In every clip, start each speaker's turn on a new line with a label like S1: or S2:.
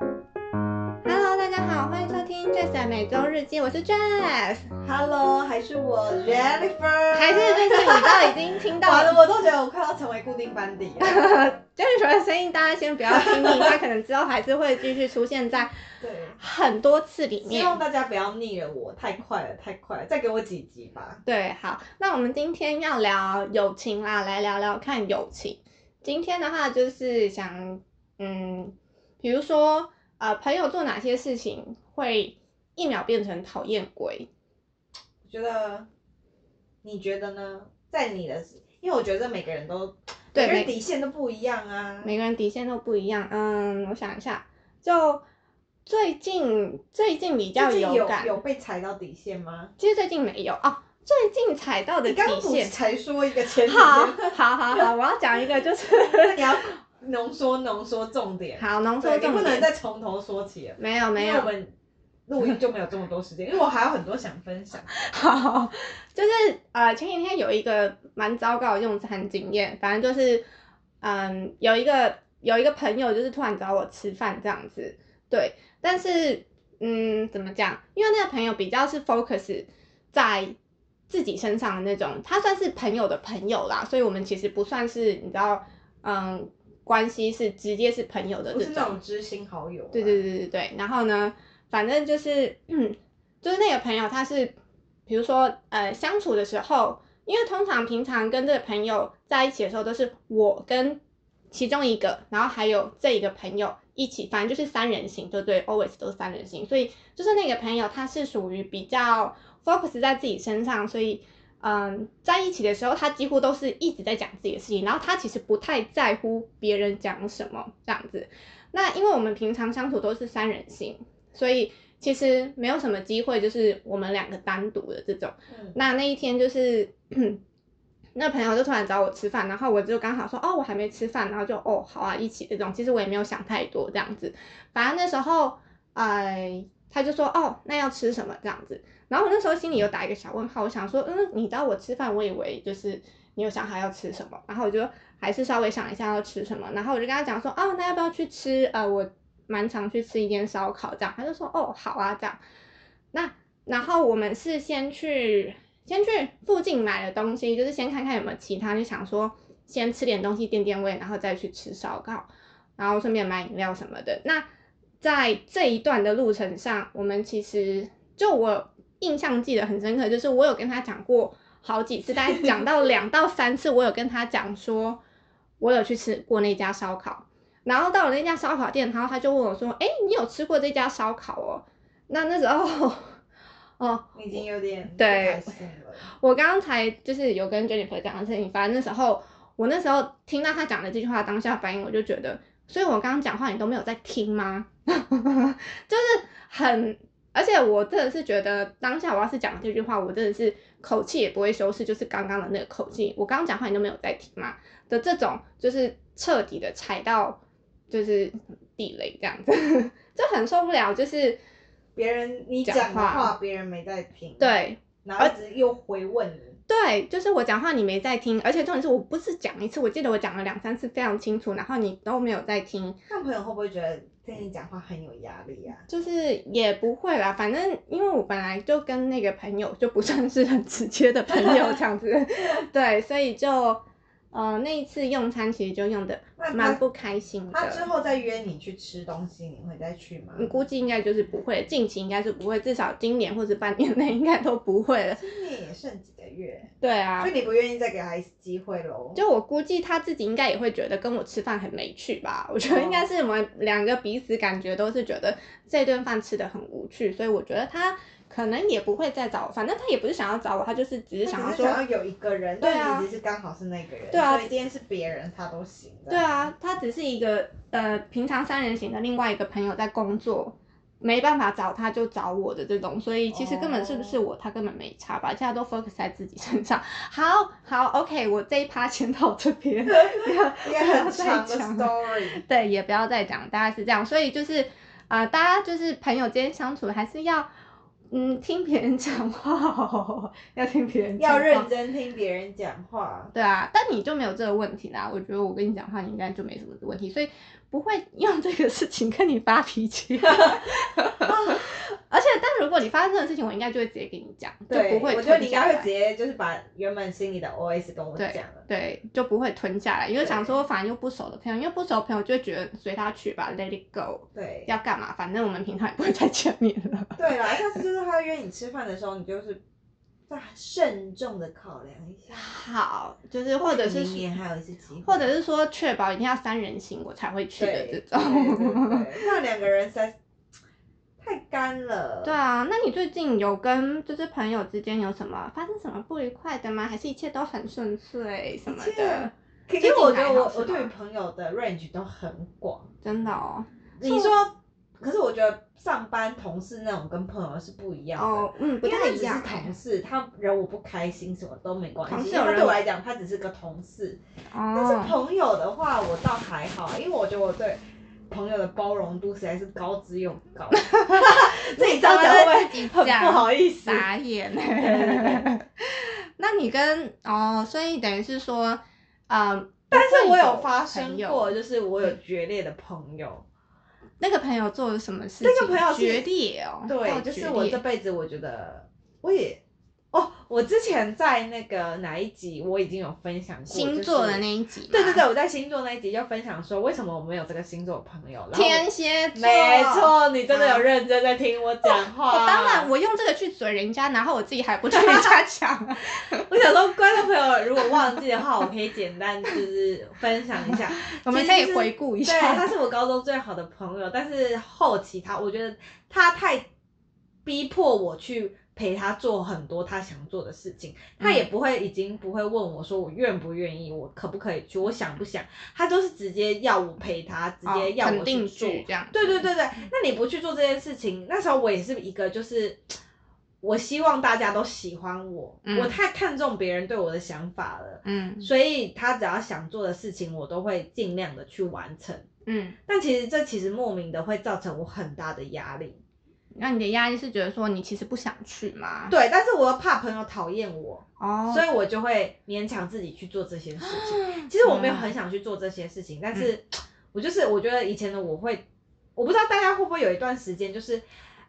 S1: Hello，大家好，欢迎收听 Jess 的每周日记，我是 Jess，
S2: Hello，还是我 Jennifer，
S1: 还是就是你都已经听到
S2: 完了，
S1: 了，
S2: 我都觉得我快要成为固定班底 了。
S1: Jennifer 的声音，大家先不要听腻，她可能之后还是会继续出现在
S2: 对，
S1: 很多次里
S2: 希
S1: 面。
S2: 望大家不要腻了我，太快了，太快了，再给我几集吧。
S1: 对，好，那我们今天要聊友情啦，来聊聊看友情。今天的话就是想，嗯，比如说，呃，朋友做哪些事情会一秒变成讨厌鬼？
S2: 我觉得，你觉得呢？在你的，因为我觉得每个人都，
S1: 对
S2: 每个
S1: 每
S2: 人底线都不一样啊。
S1: 每个人底线都不一样。嗯，我想一下，就最近最近比较
S2: 最近有
S1: 感，
S2: 有被踩到底线吗？
S1: 其实最近没有哦，最近踩到的
S2: 你
S1: 底
S2: 刚刚不是
S1: 线。
S2: 才说一个前提，
S1: 好， 好，好，好，我要讲一个，就是
S2: 那你要浓缩浓缩重点，
S1: 好浓缩
S2: 对，你
S1: 重
S2: 不能
S1: 点。
S2: 再从头说起了。
S1: 没有，没有
S2: 因为我，们录音就没有这么多时间，因为我还有很多想分享。
S1: 好，就是呃，前几天有一个蛮糟糕的用餐经验，反正就是，嗯，有一个有一个朋友就是突然找我吃饭这样子，对，但是嗯，怎么讲？因为那个朋友比较是 focus 在自己身上的那种，他算是朋友的朋友啦，所以我们其实不算是你知道，嗯，关系是直接是朋友的
S2: 不
S1: 这
S2: 是那
S1: 种
S2: 种，知心好友、啊。
S1: 对对对对对。然后呢，反正就是， 嗯，就是那个朋友他是，比如说呃相处的时候，因为通常平常跟这个朋友在一起的时候，都是我跟其中一个，然后还有这一个朋友一起，反正就是三人行，对不对？always 都是三人行，所以就是那个朋友他是属于比较 focus 在自己身上，所以。嗯，在一起的时候，他几乎都是一直在讲自己的事情，然后他其实不太在乎别人讲什么这样子。那因为我们平常相处都是三人行，所以其实没有什么机会，就是我们两个单独的这种。
S2: 嗯，
S1: 那那一天就是， 那朋友就突然找我吃饭，然后我就刚好说，哦，我还没吃饭，然后就哦，好啊，一起这种。其实我也没有想太多这样子，反正那时候，哎、他就说，哦，那要吃什么这样子。然后我那时候心里有打一个小问号，我想说，嗯，你找我吃饭，我以为就是你有想好要吃什么，然后我就还是稍微想一下要吃什么，然后我就跟他讲说，哦，那要不要去吃？呃，我蛮常去吃一间烧烤这样，他就说，哦，好啊，这样。那然后我们是先去先去附近买了东西，就是先看看有没有其他，就想说先吃点东西垫垫胃，然后再去吃烧烤，然后顺便买饮料什么的。那在这一段的路程上，我们其实就我印象记得很深刻，就是我有跟他讲过好几次，大概讲到两到三次，我有跟他讲说，我有去吃过那家烧烤。然后到了那家烧烤店，然后他就问我说：“哎，你有吃过这家烧烤哦？”那那时候， 哦，
S2: 你已经有点
S1: 对
S2: 不开心了。
S1: 我刚刚才就是有跟 Jennifer 讲的事情，反正那时候我那时候听到他讲的这句话，当下反应我就觉得，所以我刚刚讲话你都没有在听吗？ 就是很，而且我真的是觉得当下我要是讲这句话，我真的是口气也不会修饰，就是刚刚的那个口气，我刚刚讲话你都没有在听吗？的这种就是彻底的踩到就是地雷这样子， 就很受不了，就是
S2: 别人你
S1: 讲
S2: 讲的
S1: 话
S2: 话，别人没在听。。
S1: 对，
S2: 然后一直又回问你。
S1: 对，就是我讲话你没在听，而且重点是我不是讲一次，我记得我讲了两三次非常清楚，然后你都没有在听，
S2: 那朋友会不会觉得听你讲话很有压力啊？
S1: 就是也不会啦，反正因为我本来就跟那个朋友就不算是很直接的朋友这样 子，对，所以就呃那一次用餐其实就用的
S2: 那
S1: 蛮
S2: 他
S1: 不开心
S2: 他之
S1: 的，
S2: 后再约你去吃东西，你会再去吗？
S1: 你估计应该就是不会，近期应该是不会，至少今年或者半年内应该都不会了，
S2: 今年也剩几个月，
S1: 对啊
S2: 所以，你不愿意再给他一次机会喽？
S1: 就我估计他自己应该也会觉得跟我吃饭很没趣吧。我觉得
S2: 哦
S1: 应该是我们两个彼此感觉都是觉得这顿饭吃的很无趣，所以我觉得他可能也不会再找我，反正他也不是想要找我，他就是只是想
S2: 他
S1: 要
S2: 只
S1: 说
S2: 是，想要有一个人，
S1: 对啊
S2: 但你只是刚好是那个人，
S1: 对啊
S2: 所以今天是别人他都行。
S1: 对，啊，他只是一个呃平常三人行的另外一个朋友在工作。没办法找他就找我的这种，所以其实根本是不是
S2: 哦
S1: 我他根本没差吧，现在都 focus 在自己身上。 好，好，OK，我这一趴先到这边。
S2: 一个很长
S1: 太
S2: 的
S1: 强
S2: story。
S1: 对，也不要再讲，大概是这样。所以就是，呃，大家就是朋友之间相处还是要嗯，听别人讲话、哦，要听别人讲
S2: 要
S1: 话，
S2: 认真听别人讲话。
S1: 对啊，但你就没有这个问题啦。我觉得我跟你讲话，你应该就没什么问题，所以不会用这个事情跟你发脾气。 而且，但如果你发生这种事情，我应该就会直接跟你讲，就
S2: 对，
S1: 不会
S2: 我
S1: 吞
S2: 觉得你应
S1: 下
S2: 该会
S1: 来
S2: 直接就是把原本心里的 OS 跟我
S1: 对
S2: 讲了。
S1: 对，就不会吞下来，因为
S2: 对
S1: 想说反正又不熟的朋友，因为不熟的朋友就会觉得随他去吧，Let it go，
S2: 对，
S1: 要干嘛？反正我们平常也不会再见面了。
S2: 对啦，下次就是他约你吃饭的时候，你就是再慎重的考量一下，
S1: 好，就是或者是
S2: 明年还有一次机会，
S1: 或者是说确保一定要三人行我才会去的这
S2: 对
S1: 种。
S2: 对对对，那两个人实在太干了。
S1: 对啊，那你最近有跟就是朋友之间有什么发生什么不愉快的吗？还是一切都很顺遂什么
S2: 一切
S1: 的？
S2: 可
S1: 最
S2: 是
S1: 近
S2: 我觉
S1: 还
S2: 得
S1: 好
S2: 我
S1: 是
S2: 我对于
S1: 吗
S2: 朋友的 range 都很广。
S1: 真的哦，
S2: 你说，可是我觉得上班同事那种跟朋友是不一样的。
S1: 哦，嗯，不
S2: 因为
S1: 太
S2: 他
S1: 一
S2: 只是
S1: 样
S2: 同
S1: 欸。
S2: 事，他惹我不开心，什么都没关
S1: 同
S2: 系。
S1: 事
S2: 因为
S1: 有
S2: 他
S1: 人
S2: 对我来讲，他只是个同事。但是
S1: 哦，
S2: 朋友的话，我倒还好，因为我觉得我对朋友的包容度实在是高之又 高。自己
S1: 到
S2: 上
S1: 底会
S2: 班会
S1: 不会
S2: 不会很不好意思？
S1: 傻眼
S2: 对
S1: 欸。 那你跟哦，所以等于是说，呃，
S2: 但是我有
S1: 不会
S2: 发
S1: 朋
S2: 生
S1: 友
S2: 过，就是我有决裂的朋友。
S1: 那个朋友做了什么事情？
S2: 那个朋友是
S1: 决裂哦，
S2: 对，
S1: 到
S2: 就
S1: 决
S2: 是我
S1: 裂
S2: 这辈子我觉得我也哦，我之前在那个哪一集我已经有分享过
S1: 星座的
S2: 一。
S1: 那一集嘛，
S2: 对对对，我在星座那一集就分享说，为什么我没有这个星座的朋友。然后我
S1: 天蝎座，
S2: 没错，你真的有认真在听我讲 话。
S1: 我当然，我用这个去嘴人家，然后我自己还不去人家 讲，啊
S2: 我想说，观众朋友如果忘记的话，我可以简单就是分享一下。
S1: 我们可以回顾一
S2: 对，
S1: 下。
S2: 他是我高中最好的朋友，但是后期他，我觉得他太逼迫我去陪他做很多他想做的事情，他
S1: 嗯
S2: 也不会已经不会问我说我愿不愿意，我可不可以去，我想不想，他都是直接要我陪他，直接要
S1: 哦
S2: 我
S1: 肯
S2: 去
S1: 定嗯
S2: 做。
S1: 句这样，
S2: 对对，对对，那你不去做这件事情，那时候我也是一个，就是我希望大家都喜欢我，
S1: 嗯
S2: 我太看重别人对我的想法了，
S1: 嗯
S2: 所以他只要想做的事情，我都会尽量的去完成。
S1: 嗯，
S2: 但其实这其实莫名的会造成我很大的压力，
S1: 那你的压力是觉得说你其实不想去吗？，
S2: 对，但是我又怕朋友讨厌我，
S1: 哦，啊
S2: 所
S1: 以
S2: 以我就会勉强自己去做这些事情。其实我
S1: 嗯
S2: 没有很想去做这些事情，但是我就是我觉得以前的我会，我不知道大家会不会有一段时间，就是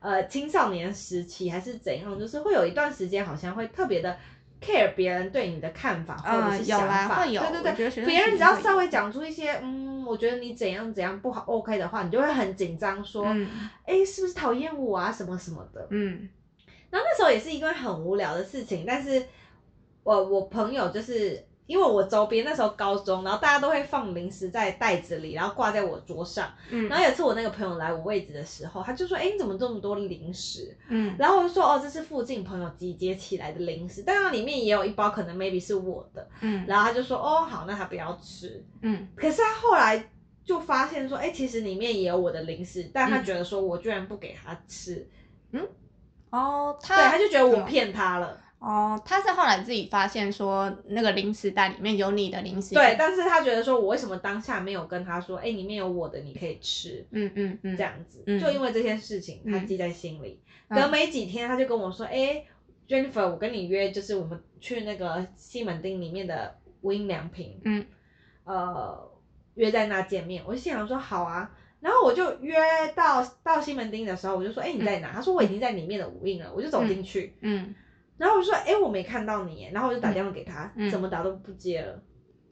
S2: 呃青少年时期还是怎样，就是会有一段时间好像会特别的 care 别人对你的看法或者
S1: 呃
S2: 是
S1: 有
S2: 想
S1: 啦
S2: 法，
S1: 会有，
S2: 对对
S1: 我觉得学生
S2: 对，别人
S1: 时
S2: 只
S1: 期
S2: 要
S1: 会
S2: 稍
S1: 有
S2: 微讲出一些嗯，我觉得你怎样怎样不好 OK 的话，你就会很紧张，说哎、
S1: 嗯
S2: 诶是不是讨厌我啊什么什么的，
S1: 嗯
S2: 然后那时候也是因为很无聊的事情，但是我我朋友就是因为我周边那时候高中，然后大家都会放零食在袋子里，然后挂在我桌上。然
S1: 嗯
S2: 后有一次我那个朋友来我位置的时候，他就说：“哎，你怎么这么多零食？”
S1: 嗯，
S2: 然后我就说：“哦，这是附近朋友集结起来的零食，但那里面也有一包可能 maybe 是我的。”
S1: 嗯
S2: 然后他就说：“哦，好，那他不要吃。
S1: 嗯”
S2: 可是他后来。就发现说，哎、其实里面也有我的零食，但他
S1: 嗯
S2: 觉得说我居然不给他吃，
S1: 哦，
S2: 对，他
S1: 他
S2: 就觉得
S1: 怎
S2: 我
S1: 么
S2: 骗他了。
S1: 哦，他是后来自己发现说那个零食袋里面有你的零食，
S2: 对，，但是他觉得说，我为什么当下没有跟他说，哎、里面有我的，你可以吃，
S1: 嗯嗯嗯，
S2: 这样子，
S1: 嗯
S2: 就因为这件事情，他
S1: 嗯
S2: 记在心里。
S1: 嗯
S2: 隔没几天，他就跟我说，哎、j e n n i f e r 我跟你约，就是我们去那个西门町里面的无印良品，
S1: 嗯，
S2: 呃，约在那见面。我就心想说，好啊。然后我就约到到西门町的时候，我就说，哎、你在哪？他说我已经在里面的无印了，我就走进去。
S1: 嗯，
S2: 然后我就说，哎、我没看到你耶。然后我就打电话给他，
S1: 嗯
S2: 怎么打都不接了。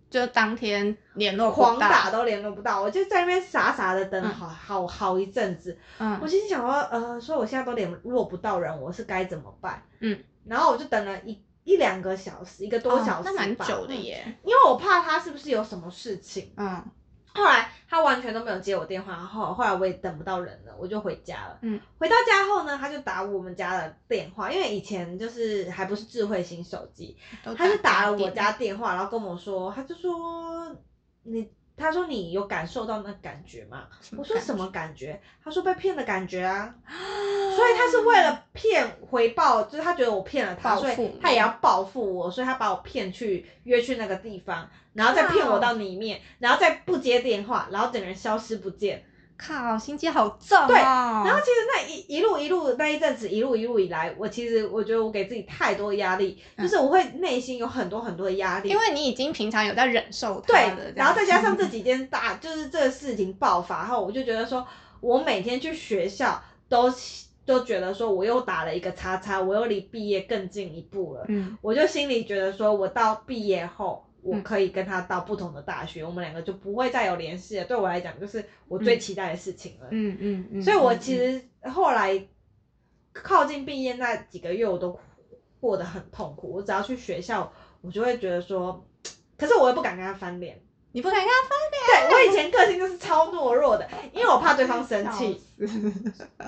S1: 就当天联哦络不
S2: 狂
S1: 到
S2: 打，都联络不到，我就在那边傻傻的等
S1: 嗯
S2: 好、好好一阵子。我
S1: 嗯
S2: 心想说，呃，说我现在都联络不到人，我是该怎么办？
S1: 嗯，
S2: 然后我就等了一一两个小时，一个多小时吧、
S1: 哦那蛮久的
S2: 嗯
S1: 耶，
S2: 因为我怕他是不是有什么事情。
S1: 嗯。
S2: 后来他完全都没有接我电话，后后来我也等不到人了，我就回家了。
S1: 嗯，
S2: 回到家后呢，他就打我们家的电话，因为以前就是还不是智慧型手机，他就打了我家电话，然后跟我说，他就说你，他说你有感受到那感觉吗？
S1: 什么
S2: 我说
S1: 感
S2: 什么
S1: 觉？
S2: 感觉？他说被骗的感觉啊，所以他是为了骗回报，就是他觉得我骗了他，
S1: 报复
S2: 所以
S1: 你
S2: 他也要报复我，所以他把我骗去约去那个地方，然后再骗我到里面，然后再不接电话，然后整个人消失不见。
S1: 靠，心机好重哦。
S2: 对然后其实那一一路一路那一阵子一路一路以来，我其实我觉得我给自己太多压力，
S1: 嗯
S2: 就是我会内心有很多很多的压力，
S1: 因为你已经平常有在忍受它
S2: 对
S1: 了，这样
S2: 然后再加上这
S1: 子
S2: 几件大就是这个事情爆发后，我就觉得说我每天去学校都都觉得说我又打了一个叉叉，我又离毕业更近一步了，
S1: 嗯
S2: 我就心里觉得说我到毕业后。我
S1: 嗯
S2: 可以跟他到不同的大学，我们两个就不会再有联系了。对我来讲，就是我最
S1: 嗯
S2: 期待的事情了。
S1: 嗯嗯嗯，
S2: 所以我
S1: 嗯
S2: 其
S1: 嗯
S2: 实后来靠近毕业那几个月，我都过得很痛苦。我只要去学校，我就会觉得说，可是我也不敢跟他翻脸。
S1: 嗯你不敢跟他
S2: 对我以前个性就是超懦弱的，因为我怕对方生 气，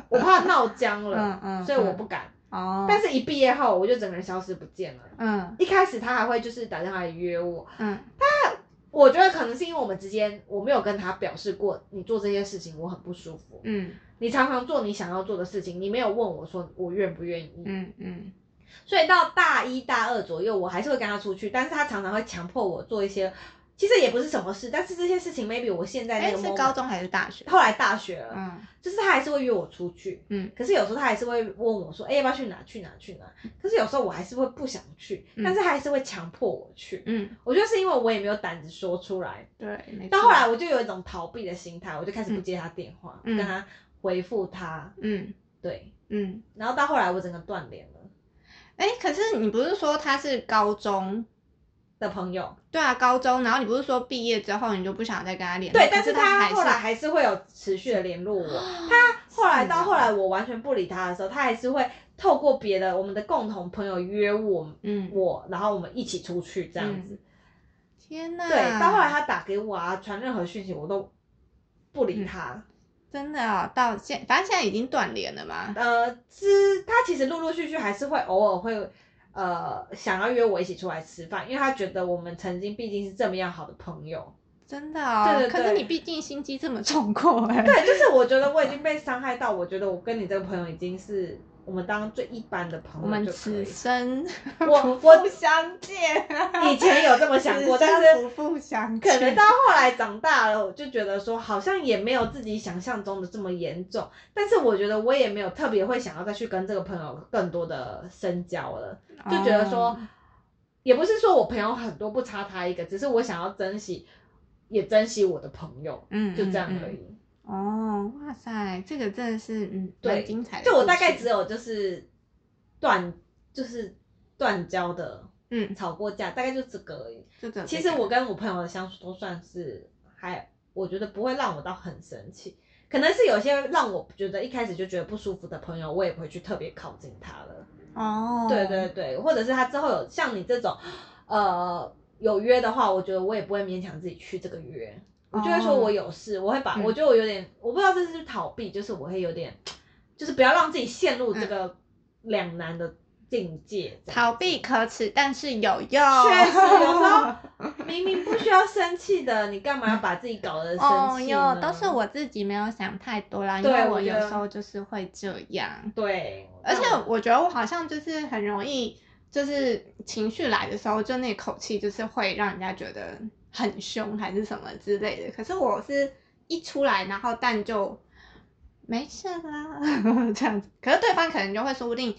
S2: 我怕闹僵了，
S1: 嗯嗯
S2: 所以我不敢。
S1: 哦，
S2: 但是，一毕业后，我就整个人消失不见了。
S1: 嗯
S2: 一开始他还会就是打电话来约我，
S1: 嗯
S2: 我觉得可能是因为我们之间我没有跟他表示过你做这些事情我很不舒服，
S1: 嗯
S2: 你常常做你想要做的事情，你没有问我说我愿不愿意。
S1: 嗯嗯
S2: 所以到大一大二左右，我还是会跟他出去，但是他常常会强迫我做一些，其实也不是什么事，但是这些事情 maybe 我现在
S1: 哎、
S2: 那个
S1: 是
S2: moment,
S1: 高中还是大学？
S2: 后来大学了，
S1: 嗯
S2: 就是他还是会约我出去，
S1: 嗯
S2: 可是有时候他还是会问我说，哎、要不要去哪去哪去哪？可是有时候我还是会不想去，
S1: 嗯
S2: 但是他还是会强迫我去。
S1: 嗯，
S2: 我觉得是因为我也没有胆子说出来，
S1: 对，没
S2: 到
S1: 错
S2: 后来，我就有一种逃避的心态，我就开始不接他电话，
S1: 嗯
S2: 不跟他回复他，
S1: 嗯
S2: 对，
S1: 嗯，
S2: 然后到后来我整个断联了
S1: 哎、可是你不是说他是高中？
S2: 的朋友。
S1: 对啊，高中，然后你不是说毕业之后你就不想再跟他联络？
S2: 对，
S1: 哎可
S2: 但是
S1: 是
S2: 他
S1: 还是哦
S2: 后来还是会有持续的联络我。他后来到后来我完全不理他的时候，他还是会透过别的我们的共同朋友约我
S1: 嗯，
S2: 我，然后我们一起出去这样子。
S1: 天哪，
S2: 对，到后来他打给我啊，传任何讯息我都不理他。
S1: 真的啊、到现反正现在已经断联了嘛。
S2: 呃，之他其实陆陆续续还是会偶尔会。呃，想要约我一起出来吃饭，因为他觉得我们曾经毕竟是这么样好的朋友。
S1: 真的哦，
S2: 对对
S1: 可是
S2: 对
S1: 你毕竟心机这么重过哎、
S2: 对，就是我觉得我已经被伤害到，我觉得我跟你这个朋友已经是我们当最一般的朋
S1: 我们
S2: 友就可
S1: 此
S2: 以。
S1: 生
S2: 我
S1: 不
S2: 我
S1: 复相见、啊，
S2: 以前有这么想过，但
S1: 不
S2: 是
S1: 复相
S2: 可能
S1: 见
S2: 到。后来长大了，我就觉得说好像也没有自己想象中的这么严重。但是我觉得我也没有特别会想要再去跟这个朋友更多的深交了，就觉得说，
S1: 哦
S2: 也不是说我朋友很多不差他一个，只是我想要珍惜，也珍惜我的朋友，
S1: 嗯，
S2: 就这样
S1: 嗯
S2: 而已。。
S1: 嗯哦，哇塞，这个真的是嗯，
S2: 对
S1: 蛮精彩的故事。
S2: 就我大概只有就是断，就是断交的，
S1: 嗯，
S2: 吵过架，大概就这个而已。
S1: 就只有
S2: 其
S1: 这
S2: 实
S1: 个
S2: 我跟我朋友的相处都算是还，我觉得不会让我到很生气，可能是有些让我觉得一开始就觉得不舒服的朋友，我也不会去特别靠近他了。
S1: 哦，
S2: 对对对，或者是他之后有像你这种，呃，有约的话，我觉得我也不会勉强自己去这个约，我就会说
S1: 哦
S2: 我有事，我会把，
S1: 嗯
S2: 我觉得我有点，我不知道这是不是逃避，就是我会有点，就是不要让自己陷入这个两难的境界。这样子
S1: 嗯逃避可耻，但是有用。
S2: 确实有时候 明明不需要生气的，你干嘛要把自己搞得生
S1: 哦
S2: 气呢？
S1: 哟，都是我自己没有想太多啦，因
S2: 对
S1: 为
S2: 我
S1: 我
S2: 觉
S1: 有
S2: 得
S1: 时候就是会这样，
S2: 对，
S1: 而且
S2: 那我
S1: 我觉得我好像就是很容易，就是情绪来的时候，就那口气就是会让人家觉得很凶还是什么之类的。可是我是一出来，然后但就没事啦 这样子，可是对方可能就会说不定，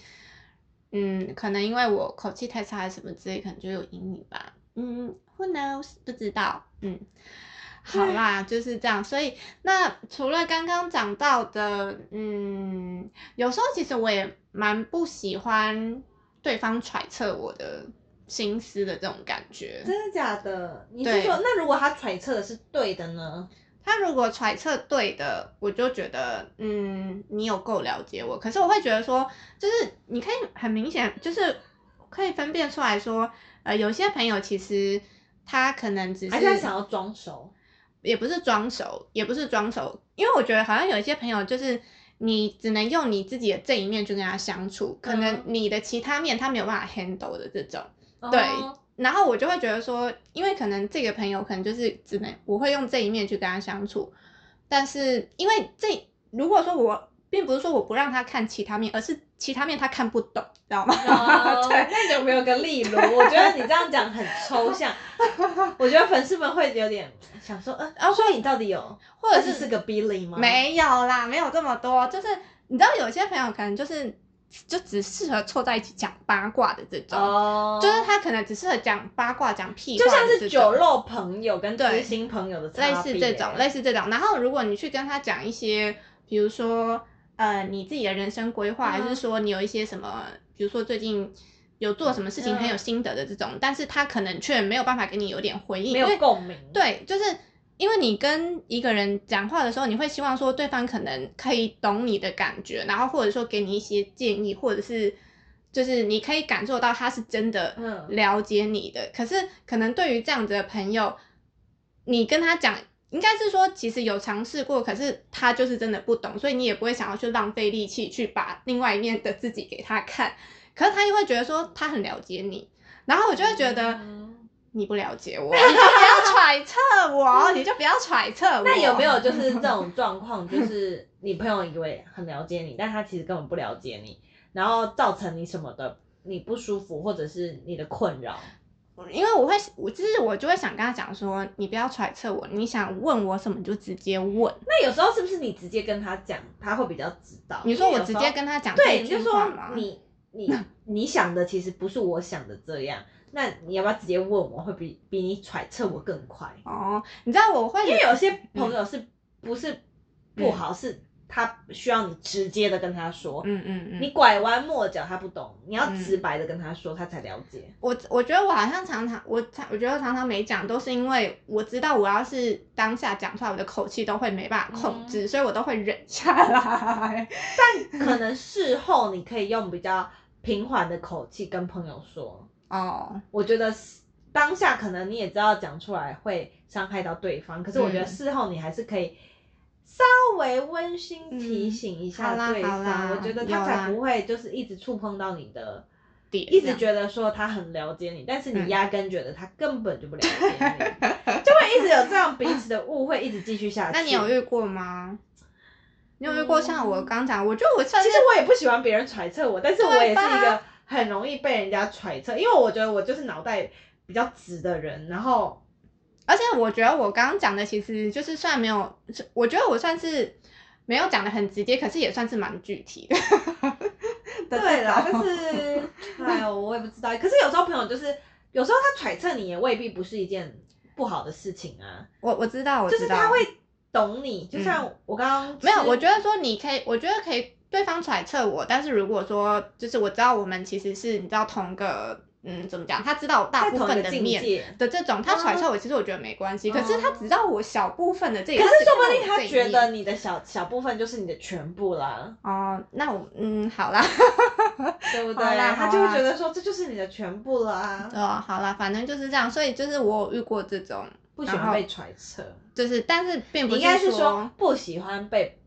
S1: 嗯，可能因为我口气太差还是什么之类，可能就有阴影吧。嗯，Who knows？不知道。嗯，好啦，就是这样。所以那除了刚刚讲到的，嗯，有时候其实我也蛮不喜欢对方揣测我的心思的这种感觉。
S2: 真的假的？你是
S1: 对
S2: 说，那如果他揣测的是对的呢？
S1: 他如果揣测对的，我就觉得，嗯，你有够了解我。可是我会觉得说，就是你可以很明显，就是可以分辨出来说，呃，有些朋友其实他可能只是
S2: 还是他想要装熟？
S1: 也不是装熟，也不是装熟，因为我觉得好像有一些朋友就是你只能用你自己的这一面去跟他相处，可能
S2: 嗯
S1: 你的其他面他没有办法 handle 的这种。对
S2: 哦
S1: 然后我就会觉得说，因为可能这个朋友可能就是只能我会用这一面去跟他相处，但是因为这如果说我并不是说我不让他看其他面，而是其他面他看不懂，知道吗？
S2: 哦
S1: 对，
S2: 那有没有个例如？我觉得你这样讲很抽 象，我觉得粉丝们会有点想说，呃，啊，所以你到底有
S1: 或者
S2: 二十
S1: 是
S2: 四个 Billy 吗？，
S1: 没有啦，没有这么多。就是你知道，有些朋友可能就是就只适合凑在一起讲八卦的这种，
S2: 哦，
S1: 就是他可能只适合讲八卦、讲屁话
S2: 就
S1: 的
S2: 像
S1: 这种，
S2: 是酒肉朋友跟知
S1: 对
S2: 心朋友的差
S1: 类
S2: 别，
S1: 似这种，类似这种。然后如果你去跟他讲一些，比如说呃你自己的人生规划，还
S2: 嗯
S1: 是说你有一些什么，比如说最近。有做什么事情很有
S2: 嗯
S1: 心得的这种，但是他可能却没有办法给你有点回应，
S2: 没
S1: 因为
S2: 有共鸣，，
S1: 对，就是因为你跟一个人讲话的时候，你会希望说对方可能可以懂你的感觉，然后或者说给你一些建议，或者是就是你可以感受到他是真的
S2: 嗯，
S1: 了解你的。可是可能对于这样子的朋友，你跟他讲。应该是说，其实有尝试过，可是他就是真的不懂，所以你也不会想要去浪费力气去把另外一面的自己给他看。可是他又会觉得说他很了解你，然后我就会觉得，
S2: 嗯
S1: 你不了解 我，你就不要揣测我，你就不要揣测我。
S2: 嗯那有没有就是这种状况，就是你朋友以为很了解你，但他其实根本不了解你，然后造成你什么的你不舒服或者是你的困扰？
S1: 因为我会，我就是我就会想跟他讲说，你不要揣测我，你想问我什么你就直接问。
S2: 那有时候是不是你直接跟他讲，他会比较知道？
S1: 你说
S2: 因为
S1: 我
S2: 有
S1: 直
S2: 时候
S1: 接跟他讲
S2: 对，
S1: 这
S2: 你
S1: 句
S2: 就
S1: 话
S2: 说
S1: 吗？
S2: 你你你想的其实不是我想的这样，那你要不要直接问我会比比你揣测我更快？
S1: 哦，你知道我会
S2: 因为有些朋
S1: 嗯
S2: 友是不是不好，是他需要你直接的跟他说，
S1: 嗯嗯嗯，
S2: 你拐弯抹角他不懂，你要直白的跟他说，他才了解。
S1: 我我觉得我好像常常我常我觉得常常没讲，都是因为我知道我要是当下讲出来，我的口气都会没办法控
S2: 嗯
S1: 制，所以我都会忍下来。
S2: 可能事后你可以用比较平缓的口气跟朋友说，
S1: 哦，
S2: 我觉得是当下可能你也知道讲出来会伤害到对方，可是我觉
S1: 嗯
S2: 得事后你还是可以稍微温馨提醒一下
S1: 嗯好啦
S2: 对
S1: 好啦
S2: 方，我觉得
S1: 有
S2: 他
S1: 啦
S2: 才不会就是一直触碰到你的。
S1: 点这
S2: 一直
S1: 样
S2: 觉得说他很了解你，但是
S1: 嗯
S2: 你压根觉得他根本就不了解你，就会一直有这样彼此的误会，一直继续 下去。
S1: 那你有？遇过吗？你有遇过像我
S2: 嗯
S1: 刚讲，我觉得我算
S2: 其
S1: 是
S2: 实我也不喜欢别人揣测我，但是我也是一个很容易被人家揣测，因为我觉得我就是脑袋比较直的人，然后
S1: 而且我觉得我刚刚讲的其实就是算没有，是我觉得我算是没有讲的很直接，可是也算是蛮具体的。 的
S2: 对啦，
S1: 这
S2: 但
S1: 种
S2: 是哎呦，我也不知道。可是有时候朋友就是，有时候他揣测你也未必不是一件不好的事情啊，
S1: 我我知道，我
S2: 就
S1: 知道
S2: 是他会懂你，就像嗯我刚刚、
S1: 没有，我觉得说你可以，我觉得可以，对方揣测我，但是如果说就是我知道我们其实是你知道同个嗯怎么讲，他知道我大
S2: 在
S1: 部
S2: 同一
S1: 分
S2: 个
S1: 的
S2: 境
S1: 面。
S2: 界。
S1: 的这种，他揣测我，其实我觉得没关系。可是他
S2: 哦
S1: 只知道我小部分的这一
S2: 可
S1: 面，
S2: 是说不定
S1: 他
S2: 他觉得你的小小部分就是你的全部啦，
S1: 哦，那我嗯好啦，
S2: 对不对？啊嗯
S1: 好啦
S2: 他
S1: 好
S2: 就会
S1: 啦
S2: 觉得说这就是你的全部啦，
S1: 哦好啦，反正就是这样。所以就是我有遇过这种，
S2: 不喜
S1: 然后
S2: 欢被揣测。
S1: 就是但是并
S2: 你
S1: 不
S2: 应该是
S1: 说
S2: 说不喜欢被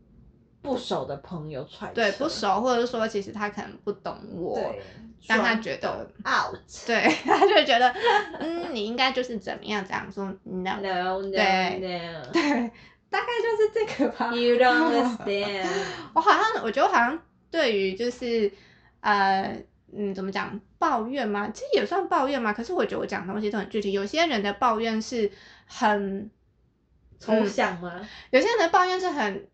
S2: 不熟的朋友揣测，
S1: 对不，熟，或者说其实他可能不懂我，
S2: 对，
S1: 让他
S2: 装
S1: 觉得
S2: out。
S1: 对， 他就觉得嗯你应该就是怎么样怎样说 no，
S2: No no
S1: 对
S2: no，you
S1: 对，大概就是这个吧。
S2: 嗯 don't understand。
S1: 我好像我觉得我好像对于就是呃嗯怎么讲抱怨嘛，其实也算抱怨嘛，可是我觉得我讲的东西都很具体，有些人的抱怨是很，
S2: 抽
S1: 嗯
S2: 象吗？
S1: 有些人的抱怨是很。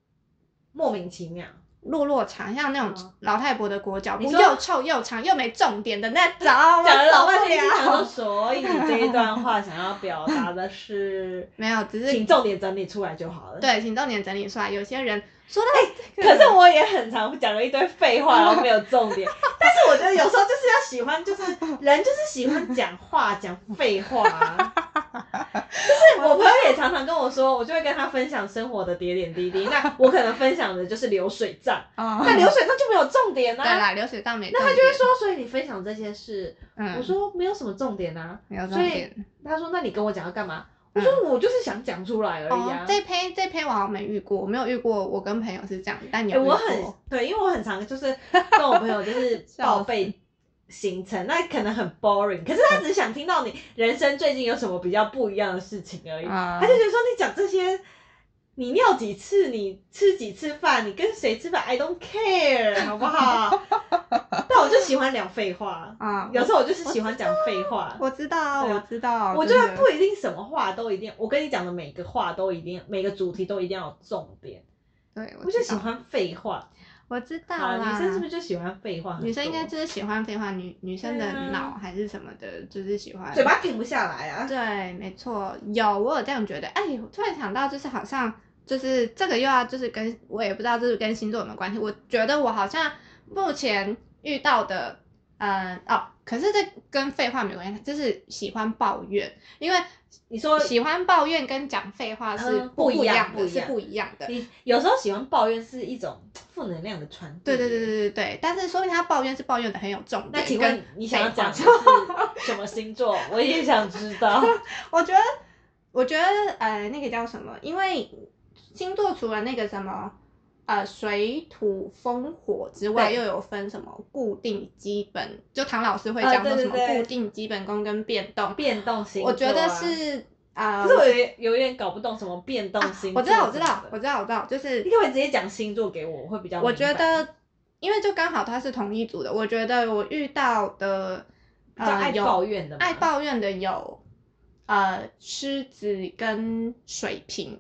S2: 莫名其妙。
S1: 落落长，像那种
S2: 哦
S1: 老太婆的裹脚布，
S2: 你说
S1: 又臭又长又没重点的那种，讲
S2: 讲了老半天，
S1: 啊
S2: 想说，所以这一段话想要表达的是
S1: ，没有，只是
S2: 请重点整理出来就好了。
S1: 对，请重点整理出来。有些人说到这个，
S2: 哎 可是我也很常讲了一堆废 话，然后没有重点。但是我觉得有时候就是要喜欢， 就是人就是喜欢讲话，讲废话、 啊。就是我朋友也常常跟我说，我就会跟他分享生活的点点滴滴。那我可能分享的就是流水账，
S1: 哦，
S2: 那流水账就没有重点
S1: 对
S2: 啊。
S1: 啦，流水账没重
S2: 那
S1: 点，
S2: 他就会说，所以你分享这些事，
S1: 嗯，
S2: 我说没有什么重点嗯啊。
S1: 没有重
S2: 所以
S1: 点。
S2: 他说，那你跟我讲要干嘛？我说我就是想讲出来而已啊。
S1: 哦，这篇这篇我好像没遇过，我没有遇过，我跟朋友是这样，但你
S2: 哎、
S1: 有遇
S2: 我
S1: 过？
S2: 很对，因为我很常就是跟我朋友就是
S1: 笑
S2: 报备行程，那可能很 boring，可是他只想听到你人生最近有什么比较不一样的事情而已。
S1: 啊
S2: 他就觉得说你讲这些你尿几次，你吃几次饭，你跟谁吃饭，I don't care，好不好？ 但我就喜欢聊废话，
S1: 啊，
S2: 有时候我就是喜欢讲废话。
S1: 我知道，
S2: 对啊
S1: 我知道，
S2: 我觉
S1: 真
S2: 得
S1: 的
S2: 不一定什么话都一定，我跟你讲的每个话都一定，每个主题都一定要有重点。
S1: 对，
S2: 我
S1: 知
S2: 就喜
S1: 道，
S2: 欢废话，
S1: 我知道
S2: 好
S1: 啦。
S2: 女生是不是就喜欢废话很多？
S1: 女生应该就是喜欢废话，女女生
S2: 对啊
S1: 的脑还是什么的，就是喜欢
S2: 嘴。巴停不下来啊。
S1: 对，没错，有我有这样觉得。哎，我突然想到，就是好像就是这个又要就是跟我也不知道这是跟星座有没有关系。我觉得我好像目前遇到的，嗯、哦，可是这跟废话没关系，就是喜欢抱怨，因为
S2: 你说
S1: 喜欢抱怨跟讲废话是
S2: 嗯不
S1: 不
S2: 一
S1: 一
S2: 样
S1: 样
S2: 不
S1: 的，
S2: 一
S1: 是
S2: 样
S1: 不一样的。
S2: 你有时候喜欢抱怨是一种负能量的传递。
S1: 对对对对。对对，但是说明他抱怨是抱怨的很有重点。
S2: 那请
S1: 跟
S2: 问你想要
S1: 废话
S2: 讲的是什么星座？我也想知 道。
S1: 我觉得，我觉得呃，那个叫什么？因为星座除了那个什么呃水土风火之外，
S2: 对
S1: 又有分什么固定基本，就唐老师会
S2: 啊
S1: 讲
S2: 对
S1: 说
S2: 对
S1: 什么
S2: 对
S1: 固定基本功跟变动。
S2: 变动星座、啊
S1: 我觉得，是啊、
S2: 可是我有点有点搞不懂什么变动星座、
S1: 我知道，我知道，我知道，我知道，就是
S2: 你可不可以直接讲星座给我？我会比较明白。
S1: 我觉得，因为就刚好他是同一组的，我觉得我遇到的
S2: 比较
S1: 呃
S2: 爱
S1: 有
S2: 抱怨的嘛，
S1: 爱抱怨的有，呃，狮子跟水瓶，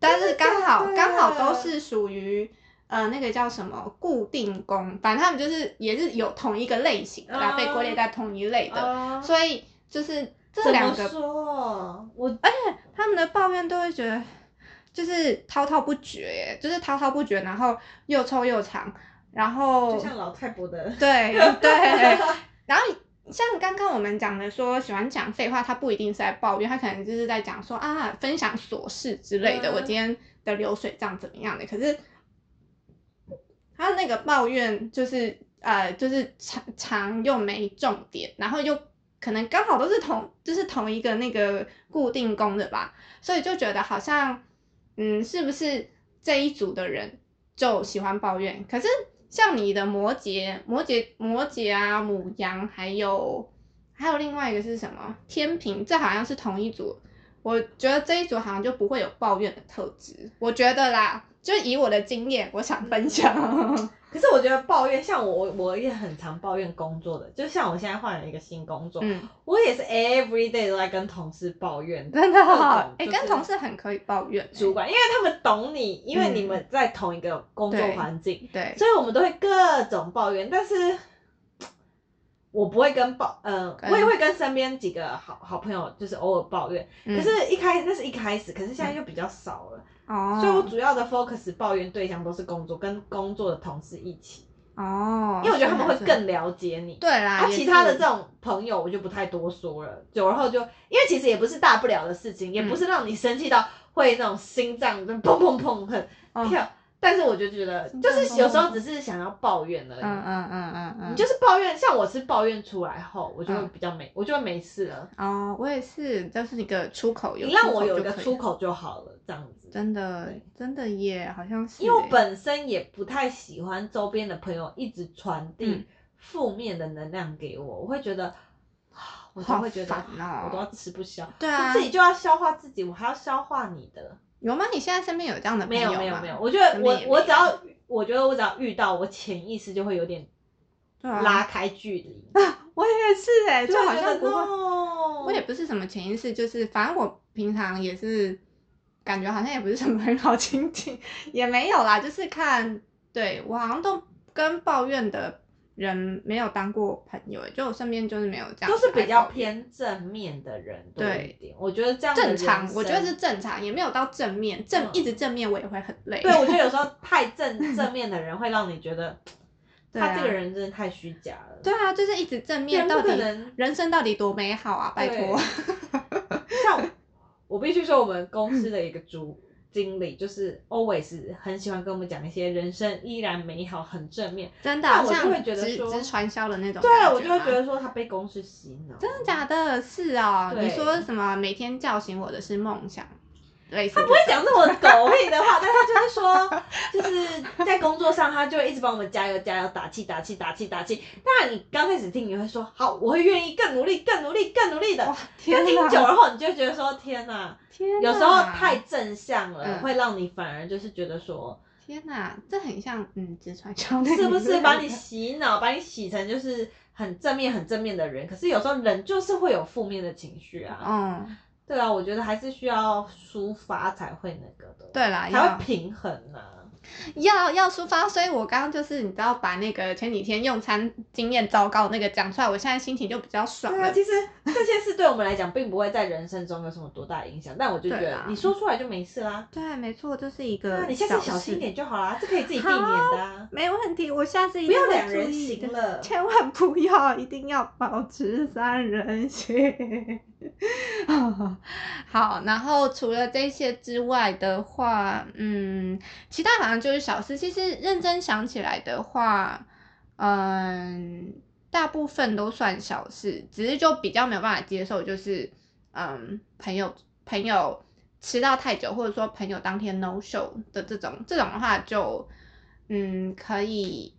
S1: 但是刚好
S2: 真的假
S1: 刚
S2: 的
S1: 好都是属于呃那个叫什么固定宫，反正他们就是也是有同一个类型的啦，
S2: 啊
S1: 被归类在同一类的，
S2: 啊
S1: 所以就是这
S2: 怎
S1: 两
S2: 么
S1: 个
S2: 说？我
S1: 他们的抱怨都会觉得就是滔滔不绝，就是滔滔不绝，然后又臭又长，然后
S2: 就像老太婆的，
S1: 对对， 然后像刚刚我们讲的说喜欢讲废话，他不一定是在抱怨，他可能就是在讲说啊分享琐事之类的，
S2: 嗯
S1: 我今天的流水账怎么样的。可是他那个抱怨就是呃就是长长又没重点，然后又可能刚好都是同就是同一个那个固定工的吧，所以就觉得好像，嗯，是不是这一组的人就喜欢抱怨？可是像你的摩羯、摩羯、摩羯啊、母羊，还有还有另外一个是什么？天平，这好像是同一组。我觉得这一组好像就不会有抱怨的特质，我觉得啦，就以我的经验，我想分享。
S2: 可是我觉得抱怨，像我我也很常抱怨工作的，就像我现在换了一个新工作，
S1: 嗯，
S2: 我也是 every day 都在跟同事抱怨
S1: 真的
S2: 各种
S1: 哦，哎、
S2: 就是
S1: 跟同事很可以抱怨、欸，
S2: 主管，因为他们懂你，因为
S1: 嗯
S2: 你们在同一个工作
S1: 对
S2: 环境，
S1: 对，
S2: 所以我们都会各种抱怨，但是。我不会跟抱，呃，
S1: 跟
S2: 我也会跟身边几个好好朋友，就是偶尔抱怨。
S1: 嗯
S2: 可是，一开那是一开始，可是现在又比较少了，
S1: 哦，
S2: 所以我主要的 focus 抱怨对象都是工作，跟工作的同事一起，
S1: 哦，
S2: 因为我觉得他们会
S1: 是啊是啊
S2: 更了解你。
S1: 对啦，
S2: 啊，
S1: 也
S2: 其他的
S1: 是
S2: 这种朋友我就不太多说了，久了后就，因为其实也不是大不了的事
S1: 嗯
S2: 情，也不是让你生气到会那种心脏就砰砰砰很
S1: 哦
S2: 跳，但是我就觉得，
S1: 心
S2: 就
S1: 脏
S2: 是
S1: 砰
S2: 有时
S1: 砰
S2: 候
S1: 砰
S2: 只是想要抱怨而已，
S1: 嗯嗯嗯嗯嗯，
S2: 你就是抱怨，像我是抱怨出来后，我就会
S1: 嗯
S2: 比较没，我就会没事了，
S1: 哦，我也是，就是一个出口有
S2: 你
S1: 出
S2: 让我
S1: 口
S2: 有一
S1: 就
S2: 个
S1: 可以
S2: 出
S1: 了，
S2: 口就好了，这样子。
S1: 真的
S2: 对
S1: 真的耶，好像是欸
S2: 因为我
S1: 耶
S2: 本身也不太喜欢周边的朋友一直传递
S1: 嗯
S2: 负面的能量给我，我会觉得，啊我都
S1: 好
S2: 会觉得
S1: 烦哦
S2: 我都要吃不消，
S1: 对
S2: 我
S1: 啊
S2: 自，己就要消化自己，我还要消化你的，
S1: 有吗？你现在身边有这样的朋
S2: 没
S1: 友
S2: 有
S1: 吗？
S2: 没有没有，我觉得
S1: 身边
S2: 我
S1: 也没有
S2: 我只要我觉得我只要遇到，我潜意识就会有点
S1: 对啊，
S2: 拉开距离，
S1: 我也是哎，就
S2: 会
S1: 好
S2: 觉
S1: 像
S2: 得
S1: 不会，
S2: ，no
S1: 我也不是什么潜意识，就是反正我平常也是感觉好像也不是什么很好亲近，也没有啦，就是看对我好像都跟抱怨的人没有当过朋友耶，就我身边就是没有这样，
S2: 都是比较。偏正面的人多一点，我觉得这样的
S1: 正常
S2: 人，
S1: 我觉得
S2: 生
S1: 是正常，也没有到正面，正、
S2: 嗯
S1: 一直正面我也会很累。
S2: 对，我觉得有时候太正 正面的人会让你觉得，
S1: 对
S2: 他
S1: 啊
S2: 这个人真的太虚假了。
S1: 对啊，就是一直正面，
S2: 人
S1: 到
S2: 不
S1: 底
S2: 可能
S1: 人生到底多美好啊！拜托，
S2: 像我必须说，我们公司的一个主经理就是 always 很喜欢跟我们讲一些人生依然美好、很正面。
S1: 真的
S2: 那
S1: 好
S2: 我就
S1: 像
S2: 会觉得
S1: 直
S2: 说
S1: 直传销的那种
S2: 对
S1: 感吗。，
S2: 我就会觉得说他被公司洗脑。
S1: 真的假的？是哦，
S2: 对
S1: 你说什么？每天叫醒我的是梦想，类似
S2: 他
S1: 这
S2: 不
S1: 种。
S2: 会讲那么狗屁的话，但他就会说，就是在工作上，他就会一直帮我们加油、加油、打气、打气、打气、打气。当然，你刚开始听，你会说好，我会愿意更努力、更努力、更努力的。
S1: 哇，
S2: 但
S1: 天
S2: 听
S1: 哪！
S2: 久了后，你就会觉得说天哪，
S1: 天哪
S2: 有时候太正向了，
S1: 嗯
S2: 会让你反而就是觉得说，
S1: 天哪，这很像嗯，直传销
S2: 是不是把你洗脑，把你洗成就是很正面、很正面的人？可是有时候人就是会有负面的情绪啊。
S1: 嗯，
S2: 对啊，我觉得还是需要抒发才会那个的。
S1: 对啊啦，
S2: 才
S1: 要
S2: 会平衡呐、啊
S1: 要要抒发，所以我刚刚就是你知道把那个前几天用餐经验糟糕那个讲出来，我现在心情就比较爽
S2: 对啊，
S1: 了。
S2: 其实这些事对我们来讲，并不会在人生中有什么多大的影响。但我就觉
S1: 对啊嗯
S2: 得
S1: 啦
S2: 你说出来就没事啦。
S1: 对，啊没错，就是一
S2: 对
S1: 个
S2: 啊，你下次小心一点就好啦，这可以自己避免的啊、
S1: 没问题，我下次一
S2: 不
S1: 定
S2: 要
S1: 会
S2: 两
S1: 注
S2: 人
S1: 意
S2: 行
S1: 的
S2: 了。
S1: 千万不要，一定要保持三人行。 好，然后除了这些之外的话，嗯，其他好像就是小事。其实认真想起来的话，嗯，大部分都算小事，只是就比较没有办法接受，就是嗯，朋友朋友迟到太久，或者说朋友当天 no show 的这种，这种的话就嗯可以，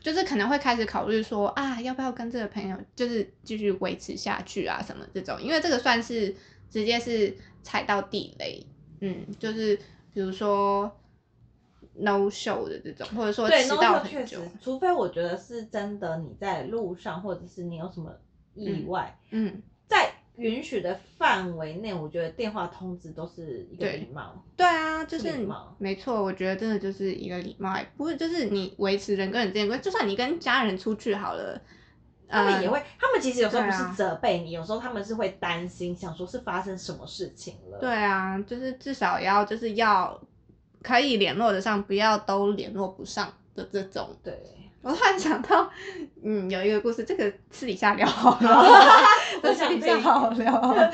S1: 就是可能会开始考虑说啊，要不要跟这个朋友就是继续维持下去啊什么这种，因为这个算是直接是踩到地雷，嗯，就是比如说 no show 的这种，或者说
S2: 对
S1: 迟
S2: ，no
S1: 到
S2: show
S1: 很
S2: 确实
S1: 久，，
S2: 除非我觉得是真的你在路上，或者是你有什么意外，
S1: 嗯。
S2: 在允许的范围内，我觉得电话通知都是一个
S1: 对
S2: 礼貌。
S1: 对啊，就是是
S2: 礼
S1: 你
S2: 貌
S1: 没错，我觉得真的就是一个礼貌，不是就是你维持人跟人之间的关系，就算你跟家人出去好了，
S2: 他们
S1: 呃
S2: 也会，他们其实有时候
S1: 对
S2: 不
S1: 啊
S2: 是责备你，有时候他们是会担心，想说是发生什么事情了。
S1: 对啊，就是至少也要就是要可以联络得上，不要都联络不上的这种。
S2: 对，
S1: 我突然想到，嗯，有一个故事，这个私底下聊好
S2: 好
S1: 了，这
S2: 我
S1: 私
S2: 想
S1: 底
S2: 听
S1: 下好聊好了。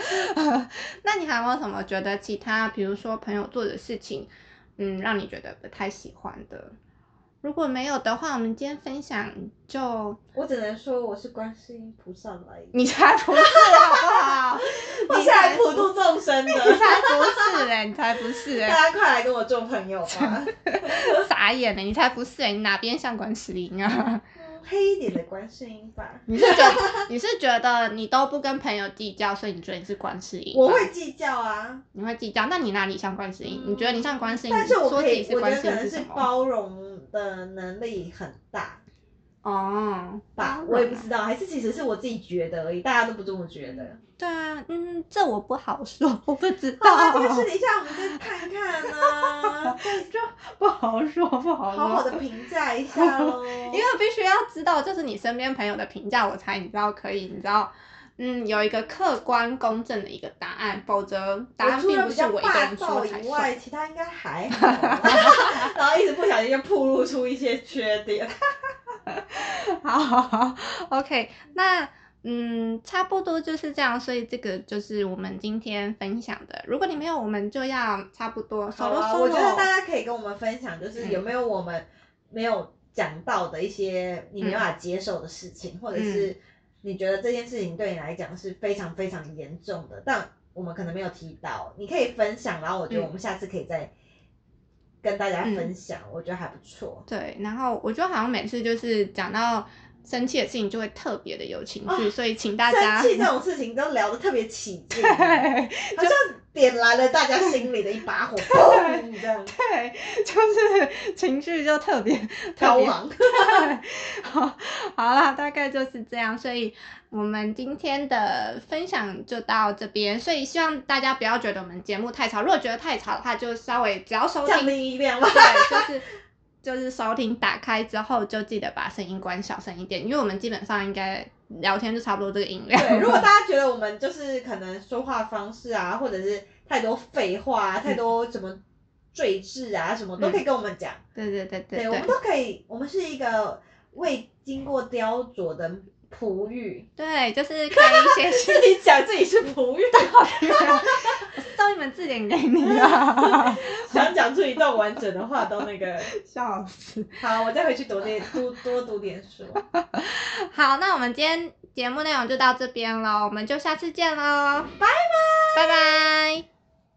S1: 那你还有没有什么觉得其他，比如说朋友做的事情，嗯，让你觉得不太喜欢的？如果没有的话，我们今天分享就
S2: 我只能说我是观世音菩萨来的，
S1: 你才不是啊好不好？
S2: 我
S1: 你
S2: 是来
S1: 才
S2: 普度众生
S1: 你
S2: 的。
S1: 才不是嘞，你才不是 嘞。
S2: 大家快来跟我做朋友吧！
S1: 傻眼了，你才不是哎、你哪边像管石林啊？
S2: 黑一点的观世音吧。
S1: 你是觉得你是觉得你都不跟朋友计较，所以你觉得你是管石林？
S2: 我会计较啊，
S1: 你会计较？那你哪里像关世音？
S2: 嗯
S1: 你觉得你像关世音？
S2: 但是我
S1: 你说
S2: 可
S1: 自己
S2: 以，
S1: 是
S2: 我觉
S1: 关
S2: 得
S1: 世
S2: 可
S1: 音
S2: 能
S1: 是
S2: 是
S1: 什么？
S2: 包容的能力很大
S1: 哦，
S2: 吧
S1: 包，
S2: 我也
S1: 容
S2: 不
S1: 啊
S2: 知道，还是其实是我自己觉得而已，大家都不这么觉 得。
S1: 对啊，嗯，这我不好说， 我不知
S2: 好
S1: 道，
S2: 啊，这 个私底下我们再看看啊呢、
S1: 不好说，不好说。
S2: 好好的评价一下喽。因
S1: 因为必须要知道，就是你身边朋友的评价，我才你知道可以，你知道，嗯，有一个客观公正的一个答案，否则答
S2: 我
S1: 案
S2: 除
S1: 并
S2: 了
S1: 不
S2: 比
S1: 是
S2: 较
S1: 我一个
S2: 霸
S1: 人说
S2: 道
S1: 才
S2: 以
S1: 算
S2: 外，。其他应该还好啦。然后一直不小心就暴露出一些缺点。
S1: 好好 好，OK，那嗯，差不多就是这样，所以这个就是我们今天分享的。如果你没有，我们就要差不多
S2: 好
S1: solo
S2: 了，
S1: solo。
S2: 我觉得大家可以跟我们分享，就是
S1: 嗯
S2: 有没有我们没有讲到的一些你没办法接受的事情，
S1: 嗯
S2: 或者是你觉得这件事情对你来讲是非常非常严重的，但我们可能没有提到，你可以分享。然后我觉得我们下次可以再跟大家分享，
S1: 嗯
S2: 我觉得还不错。
S1: 对，然后我觉得好像每次就是讲到生气的事情，就会特别的有情绪，所以请大家
S2: 啊生气这种事情都聊得特别起 劲，
S1: 对
S2: 好像点燃了大家心里的一 把火，砰这样
S1: 对， 就是情绪就特别特
S2: 高
S1: 别
S2: 昂。
S1: 对， 好，好啦，大概就是这样，所以我们今天的分享就到这边，所以希望大家不要觉得我们节目太吵，如果觉得太吵的话，就稍微只要收
S2: 降
S1: 听，
S2: 低音量吧。
S1: 对，就是。 就是收听打开之后，就记得把声音关小声一点，因为我们基本上应该聊天就差不多这个音量。
S2: 对，如果大家觉得我们就是可能说话方式啊，或者是太多废话啊，太多什么赘字啊，什么都可以跟我们讲。
S1: 对对对对
S2: 对，我们都可以，我们是一个未经过雕琢的 璞玉，
S1: 对，就是看一些
S2: 自己讲自己是璞玉，
S1: 送一本字典给你啊，
S2: 想讲出一段完整的话都那个。
S1: 笑死。
S2: 好，我再回去多点多多读点书。
S1: 好，那我们今天节目内容就到这边喽，我们就下次见喽，拜拜，拜拜。